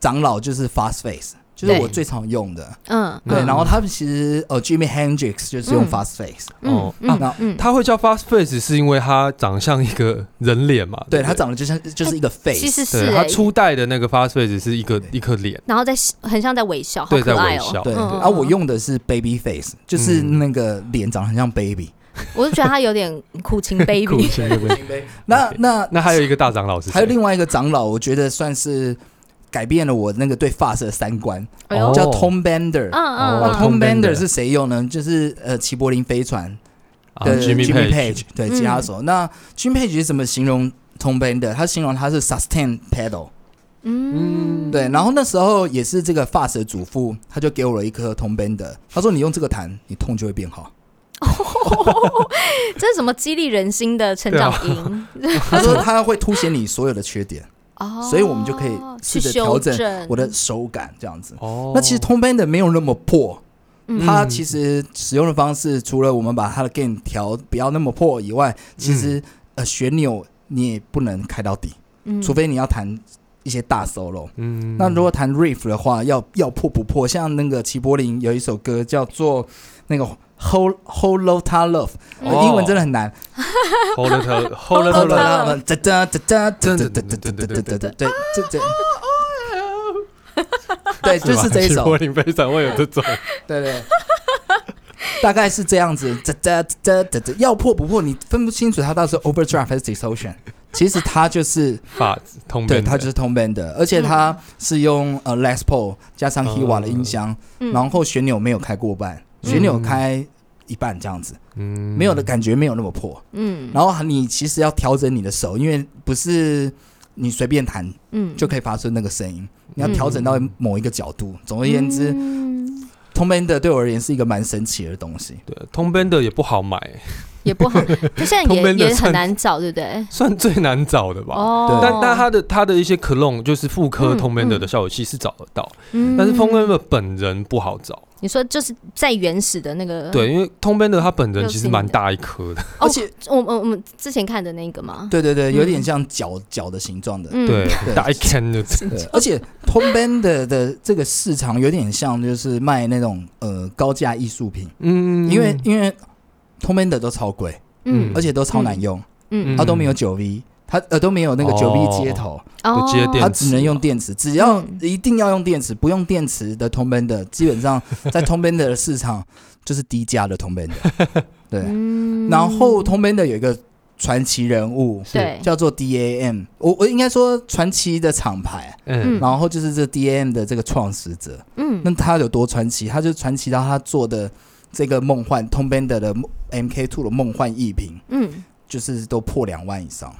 Speaker 2: 长老就是 Fast Face，就是
Speaker 1: 对
Speaker 2: 我最常用的。
Speaker 1: 嗯，
Speaker 2: 对，
Speaker 3: 嗯
Speaker 2: 然后他们其实呃，Jimmy Hendrix 就是用
Speaker 1: 嗯
Speaker 2: Fast Face，
Speaker 1: 嗯
Speaker 3: 哦
Speaker 1: 嗯
Speaker 2: 啊
Speaker 1: 嗯，
Speaker 3: 他会叫 Fast Face 是因为他长相一个人脸嘛？
Speaker 2: 对
Speaker 3: 不
Speaker 2: 他长得就像就是啊一个
Speaker 1: 其
Speaker 2: face，
Speaker 1: 实是
Speaker 3: 对他
Speaker 1: 欸，
Speaker 3: 初代的那个 Fast Face 是一个一颗脸，
Speaker 1: 然后在很像在微笑，好
Speaker 3: 对，在
Speaker 1: 可爱
Speaker 3: 微
Speaker 1: 哦。
Speaker 3: 笑。
Speaker 2: 对，
Speaker 1: 嗯嗯
Speaker 2: 然后我
Speaker 1: 嗯
Speaker 2: 用的是 Baby Face，就是
Speaker 3: 嗯
Speaker 2: 那个脸长得很像 Baby。
Speaker 1: 我就觉得他有点苦情
Speaker 3: 酷
Speaker 1: baby。
Speaker 3: 炫
Speaker 2: [LAUGHS]
Speaker 3: 对不对
Speaker 2: 那那
Speaker 3: 那还有一个大长老是谁？
Speaker 2: 还有另外一个长老，我觉得算是改变了我那个对发色的三观，
Speaker 1: 哎呦
Speaker 3: 哦，
Speaker 2: 叫 Tom Bender。
Speaker 1: 嗯嗯
Speaker 3: 哦
Speaker 1: 嗯，
Speaker 2: Tom
Speaker 3: Tom Bender
Speaker 2: Bender 是谁用呢？就是呃，齐柏林飞船
Speaker 3: 啊
Speaker 2: 的
Speaker 3: Jimmy Page，
Speaker 2: Page 对
Speaker 1: 嗯
Speaker 2: 吉他手。那 Jimmy Page 是怎么形容 Tom Bender？他形容他是 sustain pedal。
Speaker 1: 嗯，
Speaker 2: 对，然后那时候也是这个发色主妇，他就给我了一颗 Tom Bender，他说你用这个弹，你痛就会变好。
Speaker 1: [LAUGHS] 这是什么激励人心的成长
Speaker 2: 啊
Speaker 1: 营？
Speaker 2: 他说他会凸显你所有的缺点。
Speaker 1: [LAUGHS] 哦，
Speaker 2: 所以我们就可以试
Speaker 1: 去
Speaker 2: 着
Speaker 1: 修
Speaker 2: 调整
Speaker 1: 正
Speaker 2: 我的手感这样子。
Speaker 3: 哦，
Speaker 2: 那其实 Tom Bender 没有那么破，
Speaker 1: 嗯
Speaker 2: 它其实使用的方式，除了我们把它的 gain 调不要那么破以外，其实、呃旋钮你也不能开到底，
Speaker 1: 嗯
Speaker 2: 除非你要弹一些大 solo。
Speaker 3: 嗯
Speaker 2: 那如果弹 riff 的话，要要破不破？像那个齐柏林有一首歌叫做那个 Hold Hold Low Ta Love，、
Speaker 1: 嗯
Speaker 3: 哦
Speaker 2: 英文真的很难。
Speaker 3: Hold it up- Hold
Speaker 2: Hold
Speaker 3: it up-
Speaker 2: Low Ta Love，哒哒哒哒哒哒哒哒哒哒哒，对，这这，对，就是这一首
Speaker 3: 柏。林飞常会有这
Speaker 2: [LAUGHS]
Speaker 3: 种，
Speaker 2: 对对，大概是这样子。这这这这这要破不破，你分不清楚它到底是 overdrive 还是 distortion。其实它就是，
Speaker 3: 发子通
Speaker 2: 对，
Speaker 3: 便的
Speaker 2: 它就是通 band 的，而且它是用呃 Les Paul 加上 Hiwa 的音箱，
Speaker 1: 嗯
Speaker 2: 然后旋钮没有开过半，旋钮开一半这样子，
Speaker 3: 嗯
Speaker 2: 没有的感觉没有那么破。
Speaker 1: 嗯，
Speaker 2: 然后你其实要调整你的手，因为不是你随便弹
Speaker 1: 嗯
Speaker 2: 就可以发出那个声音，你要调整到某一个角度。总而言之，
Speaker 1: 嗯
Speaker 2: 通 band 对我而言是一个蛮神奇的东西。
Speaker 3: 对通 bender 也不好买，
Speaker 1: 也不
Speaker 2: [LAUGHS]
Speaker 1: 好，就现在
Speaker 3: 同
Speaker 1: 也
Speaker 3: 门的
Speaker 1: 也很
Speaker 3: 算
Speaker 1: 难找，对不对？
Speaker 3: 算最难找的吧。
Speaker 1: 哦，
Speaker 3: 但但他的他的一些 clone 就是复刻
Speaker 1: 嗯
Speaker 3: Tom Bender
Speaker 1: 嗯
Speaker 3: 的效果器是找得到，
Speaker 1: 嗯
Speaker 3: 但是 Tom Bender 本人不好找。
Speaker 1: 你说就是在原始的那个，哦
Speaker 3: 对，因为 Tom Bender 他本人
Speaker 1: 又
Speaker 3: 其
Speaker 1: 是
Speaker 3: 实
Speaker 1: 你
Speaker 3: 蛮
Speaker 1: 嗯的
Speaker 3: 大一颗的，
Speaker 1: 哦
Speaker 2: 而且
Speaker 1: 我们我们之前看的那个嘛，
Speaker 2: 对对对，有点
Speaker 1: 嗯
Speaker 2: 像脚脚的形状的。
Speaker 1: 嗯
Speaker 3: 对，
Speaker 2: 对
Speaker 3: 大一
Speaker 1: [LAUGHS]
Speaker 3: 坑的。
Speaker 2: 对，而且 Tom Bender 的这个市场有点像，就是卖那种呃高价艺术品，
Speaker 3: 嗯，
Speaker 2: 因为因为 Tom Bender 都超贵，
Speaker 1: 嗯
Speaker 2: 而且都超难用，
Speaker 1: 嗯
Speaker 2: 它都没有九 V，它呃都没有那个
Speaker 3: 哦
Speaker 2: 九 V 接头，
Speaker 1: 哦
Speaker 3: 接电
Speaker 2: 它只能用电池，只要
Speaker 1: 嗯
Speaker 2: 一定要用电池，不用电池的 Tom Bender 基本上 [LAUGHS] 在 Tom Bender 的市场就是低价的 Tom Bender，对，
Speaker 1: 嗯
Speaker 2: 然后 Tom Bender 有一个传奇人物
Speaker 1: 对
Speaker 2: 叫做 DAM，我我应该说传奇的厂牌。
Speaker 1: 嗯
Speaker 3: 嗯
Speaker 2: 然后就是这 DAM 的这个创始者，
Speaker 1: 嗯
Speaker 2: 那他有多传奇？他就传奇到他做的这个梦幻 Tom Bender 的 MK Two 的梦幻逸品，
Speaker 1: 嗯
Speaker 2: 就是都破两万以上，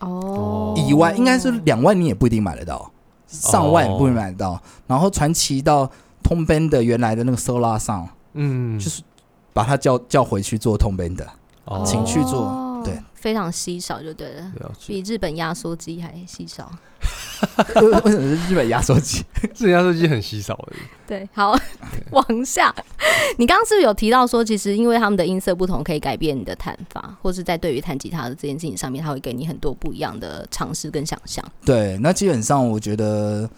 Speaker 1: 哦
Speaker 2: 以外应该是两万你也不一定买得到，上万也不一定买得到。然后传奇到 Tom Bender 原来的那个 Solar Sound，
Speaker 3: 嗯，
Speaker 2: 就是把他叫叫回去做 Tom Bender，
Speaker 3: 哦
Speaker 2: 情绪做
Speaker 1: 哦
Speaker 2: 对，
Speaker 1: 非常稀少就对了。
Speaker 3: 了解。
Speaker 1: 比日本压缩机还稀少，
Speaker 2: 为为什么是日本压缩机？
Speaker 3: 这压缩机很稀少而已。
Speaker 1: 对， [LAUGHS] 好，往下，你刚刚是不是有提到说，其实因为他们的音色不同，可以改变你的弹法，或是在对于弹吉他的这件事情上面，它会给你很多不一样的尝试跟想象。
Speaker 2: 对，那基本上我觉得，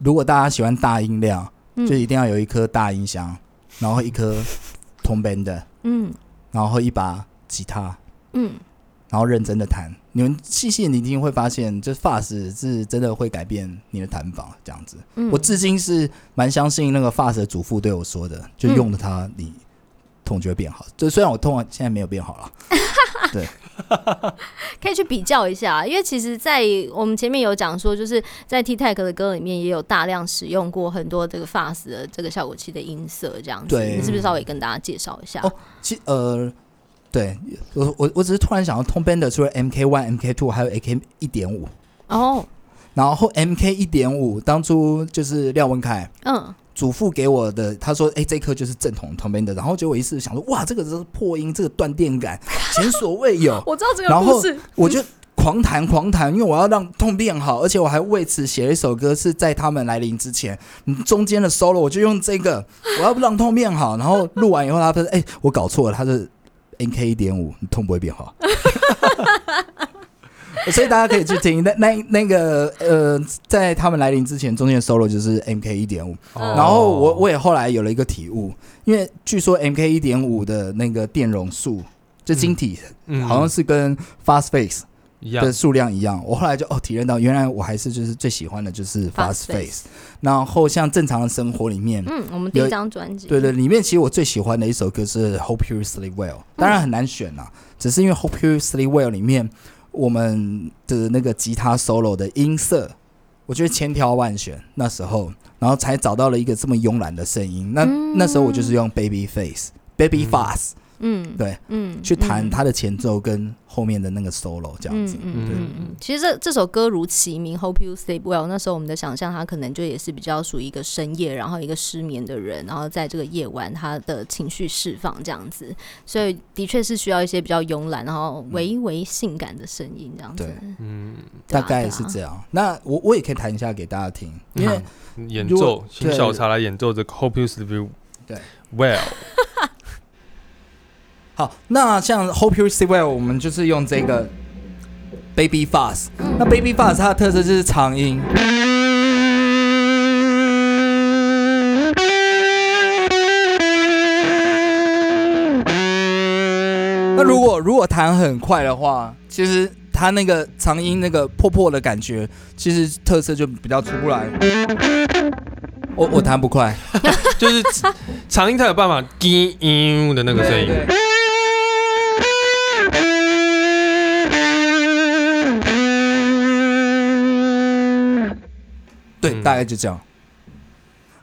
Speaker 2: 如果大家喜欢大音量，
Speaker 1: 嗯
Speaker 2: 就一定要有一颗大音箱，然后一颗同 b 的，
Speaker 1: 嗯
Speaker 2: 然后一把吉他，
Speaker 1: 嗯，
Speaker 2: 然后认真的弹。你们细细聆听会发现，这发式是真的会改变你的弹法，这样子。
Speaker 1: 嗯
Speaker 2: 我至今是蛮相信那个发式的祖父对我说的，就用了它，你痛就会变好。就虽然我痛现在没有变好了，
Speaker 1: 可以去比较一下，啊因为其实，在我们前面有讲说，就是在 T Tech 的歌里面也有大量使用过很多这个 Fast 的这个效果器的音色，这样子，
Speaker 2: 对
Speaker 1: 你是不是稍微跟大家介绍一下？
Speaker 2: 哦其呃，对我我我只是突然想到，通 band 除了 MK One、MK Two，还有 AK 一点五。
Speaker 1: 哦，
Speaker 2: 然后 MK 一点五，当初就是廖文凯
Speaker 1: 嗯，
Speaker 2: 祖父给我的，他说：“哎，这颗就是正统 Tom Bender。”然后结果我一试想说：“哇，这个是破音，这个断电感前所未有。
Speaker 1: 我知道这
Speaker 2: 个然后故
Speaker 1: 事，”
Speaker 2: 我就狂弹狂弹，因为我要让痛变好，而且我还为此写了一首歌，是在他们来临之前，嗯中间的 solo 我就用这个，我要让痛变好。然后录完以后，他说：“哎，我搞错了，他是 MK 一点五，痛不会变好。” [LAUGHS] 所以大家可以去听那那那个呃，在他们来临之前，中间的 solo 就是 MK 一点五，
Speaker 3: 哦
Speaker 1: 嗯
Speaker 2: 然后我我也后来有了一个体悟，因为据说 MK 一点五的那个电容数，就晶体、
Speaker 3: 我
Speaker 2: 好像是跟 Fast Face
Speaker 3: 嗯一样
Speaker 2: 的数量一样。我后来就哦体认到，原来我还是就是最喜欢的就是 Fast
Speaker 1: Fast
Speaker 2: Face。然后像正常的生活里面，
Speaker 1: 嗯，我们第一张专辑，
Speaker 2: 对对，，里面其实我最喜欢的一首歌是《Hope You Sleep Well》，当
Speaker 1: 嗯
Speaker 2: 然很难选啦、只是因为《Hope You Sleep Well》里面我们的那个吉他 solo 的音色，我觉得千挑万选那时候，然后才找到了一个这么慵懒的声音。那、
Speaker 1: 嗯
Speaker 2: 那时候我就是用 Baby Face、Baby
Speaker 3: 嗯
Speaker 2: Fast、
Speaker 1: 嗯，
Speaker 2: 对
Speaker 1: 嗯，
Speaker 2: 去弹
Speaker 1: 嗯
Speaker 2: 它的前奏跟后面的那个 solo 这样子。
Speaker 1: 嗯嗯
Speaker 3: 对
Speaker 1: 嗯嗯，其实这这首歌如其名，Hope You Sleep Well。那时候我们的想象，他可能就也是比较属于一个深夜，然后一个失眠的人，然后在这个夜晚他的情绪释放这样子，所以的确是需要一些比较慵懒，然后微微性感的声音这样子。
Speaker 2: 嗯对
Speaker 3: 嗯
Speaker 1: 对啊嗯
Speaker 2: 大概是这样，那我我也可以弹一下给大家听，因为、
Speaker 3: 演
Speaker 2: 如
Speaker 3: 奏
Speaker 2: 果，
Speaker 3: 请
Speaker 2: 对
Speaker 3: 小茶来演奏这个 Hope You Sleep
Speaker 2: 对
Speaker 3: Well。
Speaker 2: 好，那像 Hope You See Well，我们就是用这个 Baby Fuzz。那
Speaker 1: 嗯
Speaker 2: Baby Fuzz 它的特色就是长音。那如果如果弹很快的话，其实它那个长音那个破破的感觉，其实特色就比较出不来。我我弹不快，
Speaker 3: 就是 [LAUGHS] 长音才有办法低音的那个声音。
Speaker 2: 对，
Speaker 3: 嗯
Speaker 2: 大概就这样。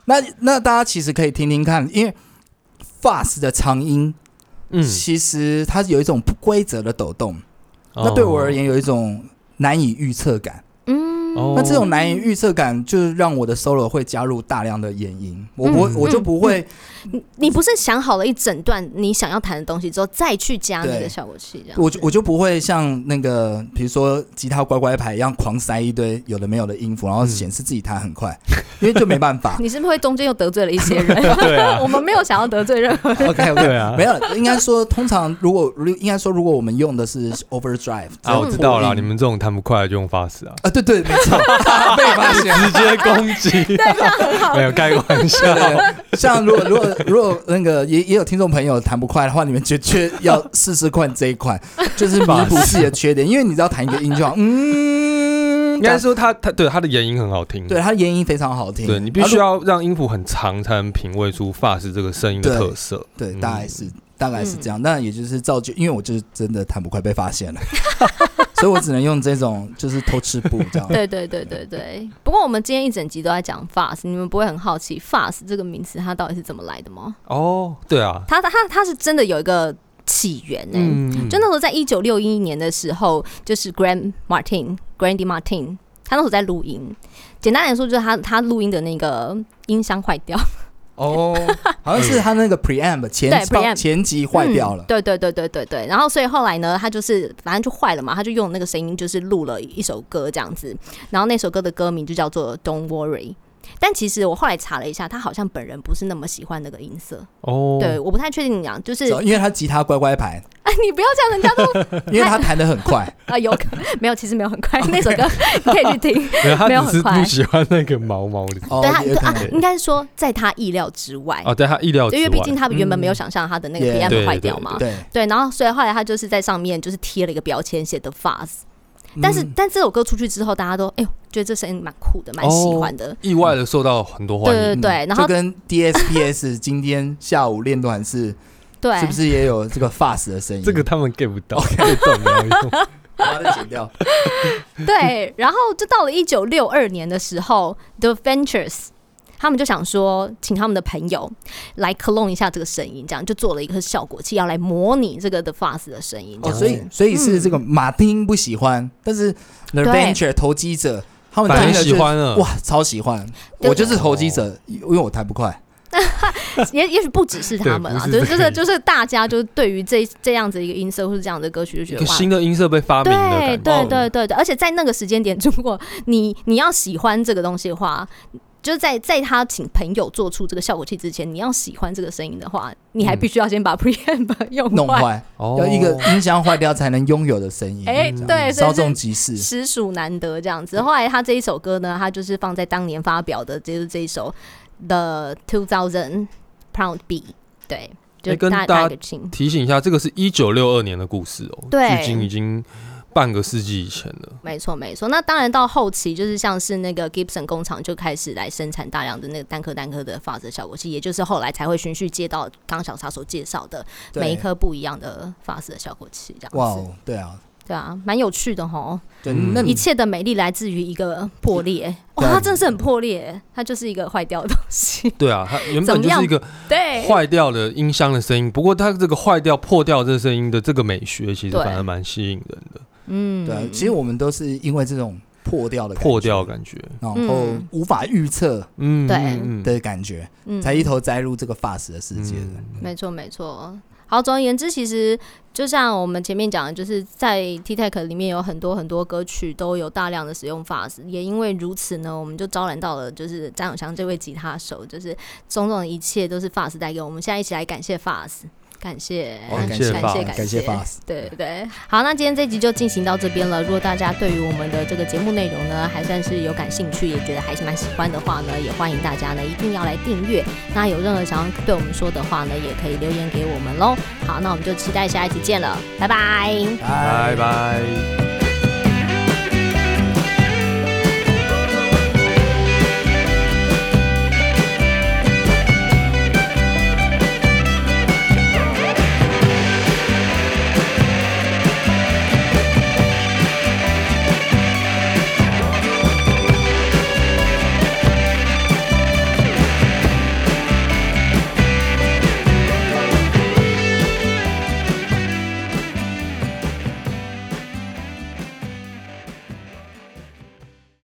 Speaker 2: 那那大家其实可以听听看，因为 fast 的长音，
Speaker 3: 嗯，
Speaker 2: 其实它有一种
Speaker 3: 哦
Speaker 2: 不规则的抖动，那对我而
Speaker 3: 言，
Speaker 2: 言有一种难以预测感。
Speaker 1: 嗯，
Speaker 3: 哦
Speaker 2: 那这种难以预测感，就是让我的 solo 会加入大量的演音，我不会，
Speaker 3: 嗯
Speaker 2: 我就不会
Speaker 1: 你你不是想好了一整段你想要弹的东西之后，再去加那
Speaker 2: 对
Speaker 1: 个效果器这样？ [LAUGHS]
Speaker 2: 我就我就不会像那个，比如说吉他乖乖牌一样狂塞一堆有的没有的音符，然后显示自己弹很快，因为就没办法。
Speaker 1: 你是不是会中间又得罪了一些人？ [LAUGHS]
Speaker 3: [LAUGHS] 对
Speaker 2: [LAUGHS]
Speaker 3: 啊，
Speaker 1: 我们没有想要得罪任何人。
Speaker 2: OK OK，
Speaker 3: [LAUGHS] 对啊
Speaker 2: 没有，应该说通常如果如应该说如果我们用的是 overdrive，
Speaker 3: 啊，我知道
Speaker 2: 了，
Speaker 3: 了，你们这种弹不快的就用发丝啊，
Speaker 2: 啊，对对，没错，被 [LAUGHS] 发啊现。
Speaker 3: [LAUGHS] 直接攻
Speaker 1: [LAUGHS]
Speaker 3: 击，没有开玩笑，
Speaker 2: 像如果如果如果那个也也有听众朋友弹不快的话，你们绝对要试试看这一
Speaker 3: [LAUGHS]
Speaker 2: 款，就是弥补自己的缺点，因为你知道弹一个音就好，嗯，
Speaker 3: 应该说他他对他的延音很好听，
Speaker 2: 对它的延音非常好听，啊
Speaker 3: 对你必须要让音符很长，才能品味出发式这个声音的特色。
Speaker 2: 对，
Speaker 3: 嗯
Speaker 2: 大概是、大概是这样。那也就是造就，因为我就是真的弹不快被发现
Speaker 3: [LAUGHS]
Speaker 2: 了，所以我只能用这种就是偷吃布这 [LAUGHS] 样。
Speaker 1: 对对对对对。不过我们今天一整集都在讲 fast，你们不会很好奇 fast 这个名词它到底是怎么来的吗？
Speaker 3: 哦，对啊，
Speaker 1: 它它它它是真的有一个起源欸呢、
Speaker 3: 嗯，
Speaker 1: 就那时候在一九六一年的时候，就是 Grand Martin Grandy Martin，他那时候在录音。简单来说，就是他他录音的那个音箱坏掉，
Speaker 2: 哦，好像是他那个 preamp 前
Speaker 1: 对，preamp
Speaker 2: 前级坏掉了
Speaker 1: 嗯。对对对对对对。然后所以后来呢，他就是反正就坏了嘛，他就用那个声音就是录了一首歌这样子。然后那首歌的歌名就叫做《Don't Worry》。但其实我后来查了一下，他好像本人不是那么喜欢那个音色。
Speaker 3: 哦，
Speaker 1: [LAUGHS] 对，我不太确定你讲，就是
Speaker 2: 是哦因为他吉他乖乖
Speaker 1: [LAUGHS]
Speaker 2: 牌，
Speaker 1: 哎， [LAUGHS] 你不要这样，人家都 [LAUGHS]
Speaker 2: 因为他弹得很快，
Speaker 1: 啊有可没有，其实没有很快，那首歌你可以去听。
Speaker 3: 没有，
Speaker 1: 没有
Speaker 3: 他
Speaker 1: 很
Speaker 3: 只是
Speaker 1: 快
Speaker 3: 不喜欢那个毛
Speaker 1: [LAUGHS]
Speaker 3: 毛的。
Speaker 1: [LAUGHS]
Speaker 2: 哦
Speaker 1: 对他，
Speaker 2: 也
Speaker 1: 对
Speaker 2: 有可
Speaker 1: 啊
Speaker 2: 能，
Speaker 1: 应该是说在他意料之外，
Speaker 3: 哦，在他意料之
Speaker 1: 对，
Speaker 3: 外，
Speaker 1: 因为毕竟他原本没有
Speaker 3: 嗯
Speaker 1: 想象他的那个
Speaker 2: Yeah
Speaker 1: PM
Speaker 3: 对
Speaker 1: 坏掉嘛。
Speaker 2: 对。
Speaker 1: 对，然后所以后来他就是在上面就是贴了一个标签，写的 fuzz。但是、
Speaker 2: 嗯
Speaker 1: 但这首歌出去之后，大家都哎呦，觉得这声音蛮酷的，蛮喜欢的。
Speaker 3: 意外的受到很多欢
Speaker 1: 对
Speaker 3: 迎。
Speaker 1: 对对，然
Speaker 2: 嗯就
Speaker 1: 后
Speaker 2: 跟 DSPS 今天下午练团是
Speaker 1: [LAUGHS] 对，
Speaker 2: 是不是也有这个 fast 的声音？
Speaker 3: 这个他们 get 不到，这种没
Speaker 1: [LAUGHS]
Speaker 3: 有用。
Speaker 2: 把它剪
Speaker 3: [LAUGHS]
Speaker 2: 掉。
Speaker 1: 对，然后就到了一九六二年的时候，The Ventures。他们就想说，请他们的朋友来 clone 一下这个声音，这样就做了一个效果器，要来模拟这个 The Fuzz 的声音。这
Speaker 2: 哦，
Speaker 1: 样
Speaker 2: 所
Speaker 3: 嗯
Speaker 2: 以所以是这个马丁不喜欢，但是
Speaker 1: 对
Speaker 2: The Venture 投机者他们
Speaker 3: 反而
Speaker 2: 听了就
Speaker 3: 喜欢嗯了
Speaker 2: 哇，超喜欢！
Speaker 1: 对
Speaker 2: 我就是投机者，因为我弹不快。
Speaker 1: 也也许不只是他们啦，
Speaker 3: 对
Speaker 1: 就
Speaker 3: 不
Speaker 1: 是
Speaker 3: 是
Speaker 1: 就是就是大家就是对于这这样子一个音色或是这样的歌曲就
Speaker 3: 一
Speaker 1: 觉
Speaker 3: 个
Speaker 1: 得哇。
Speaker 3: 新的音色被发明的
Speaker 1: 对
Speaker 3: 感觉。
Speaker 1: 对对对对，而且在那个时间点，如果你 [LAUGHS] 你要喜欢这个东西的话，就是在在他请朋友做出这个效果器之前，你要喜欢这个声音的话，你还必须要先把 [LAUGHS] preamp 用
Speaker 2: 弄
Speaker 1: 坏。
Speaker 2: 坏，
Speaker 3: 哦，
Speaker 2: 要一个音箱坏掉才能拥有的声音。
Speaker 1: 哎、
Speaker 2: 这样
Speaker 1: 对，所
Speaker 2: 嗯稍
Speaker 1: 以
Speaker 2: 纵
Speaker 1: 是
Speaker 2: 即逝。
Speaker 1: 实属难得这样子。后来他这一首歌呢，他就是放在当年发表的，就是这一首《The Two Thousand Pound B》，对，就
Speaker 3: 哎跟
Speaker 1: 大
Speaker 3: 大
Speaker 1: 大
Speaker 3: 家
Speaker 1: 家听。
Speaker 3: 提醒一下，这个是一九六二年的故事哦，
Speaker 1: 对
Speaker 3: 距今已经半个世纪以前了。
Speaker 1: 没错，没错。那当然，到后期就是像是那个 Gibson 工厂就开始来生产大量的那个单颗单颗的发色效果器，也就是后来才会循序接到刚刚小茶所介绍的
Speaker 2: 对
Speaker 1: 每一颗不一样的发色效果器，这样子。
Speaker 2: 哇哦，对啊，
Speaker 1: 对啊，蛮有趣的吼。
Speaker 2: 对，
Speaker 3: 嗯
Speaker 2: 那
Speaker 1: 一
Speaker 2: 你
Speaker 1: 切的美丽来自于一个破裂，哇，
Speaker 2: 对啊
Speaker 1: 它真的是很破裂，它就是一个坏掉的东西。 [LAUGHS]
Speaker 3: 对啊，它原
Speaker 1: 怎么
Speaker 3: 本就是
Speaker 1: 样哎
Speaker 3: 一个
Speaker 1: 对，
Speaker 3: 坏掉的音箱的声音，不过它这个坏掉、破掉这声音的这个美学，其实
Speaker 1: 对
Speaker 3: 反而蛮吸引人的，
Speaker 1: 嗯
Speaker 2: 对啊，其实我们都是因为这种破掉的感觉
Speaker 3: 破掉，感觉。
Speaker 2: 然后
Speaker 1: 嗯
Speaker 2: 无法预测
Speaker 3: 嗯，
Speaker 1: 对
Speaker 3: 嗯嗯
Speaker 2: 的感觉，
Speaker 1: 嗯
Speaker 2: 才一头栽入这个 fast 的世界的。
Speaker 3: 嗯
Speaker 1: 没错，没错。好，总而言之，其实就像我们前面讲的，就是在 T Tech 里面有很多很多歌曲都有大量的使用 fuzz，也因为如此呢，我们就招揽到了就是张永祥这位吉他手，就是种种的一切都是 fuzz 带给我们。现在一起来感谢 fuzz，感谢，
Speaker 2: 哦
Speaker 3: 感
Speaker 1: 谢，
Speaker 3: 谢
Speaker 1: 感
Speaker 3: Fuzz，
Speaker 1: 感
Speaker 2: 感谢 Fuzz
Speaker 1: 对对。好，那今天这集就进行到这边了。如果大家对于我们的这个节目内容呢，还算是有感兴趣，也觉得还是蛮喜欢的话呢，也欢迎大家呢一定要来订阅。那有任何想要对我们说的话呢，也可以留言给我们喽。好，那我们就期待下一集见了，拜拜。
Speaker 3: 拜拜。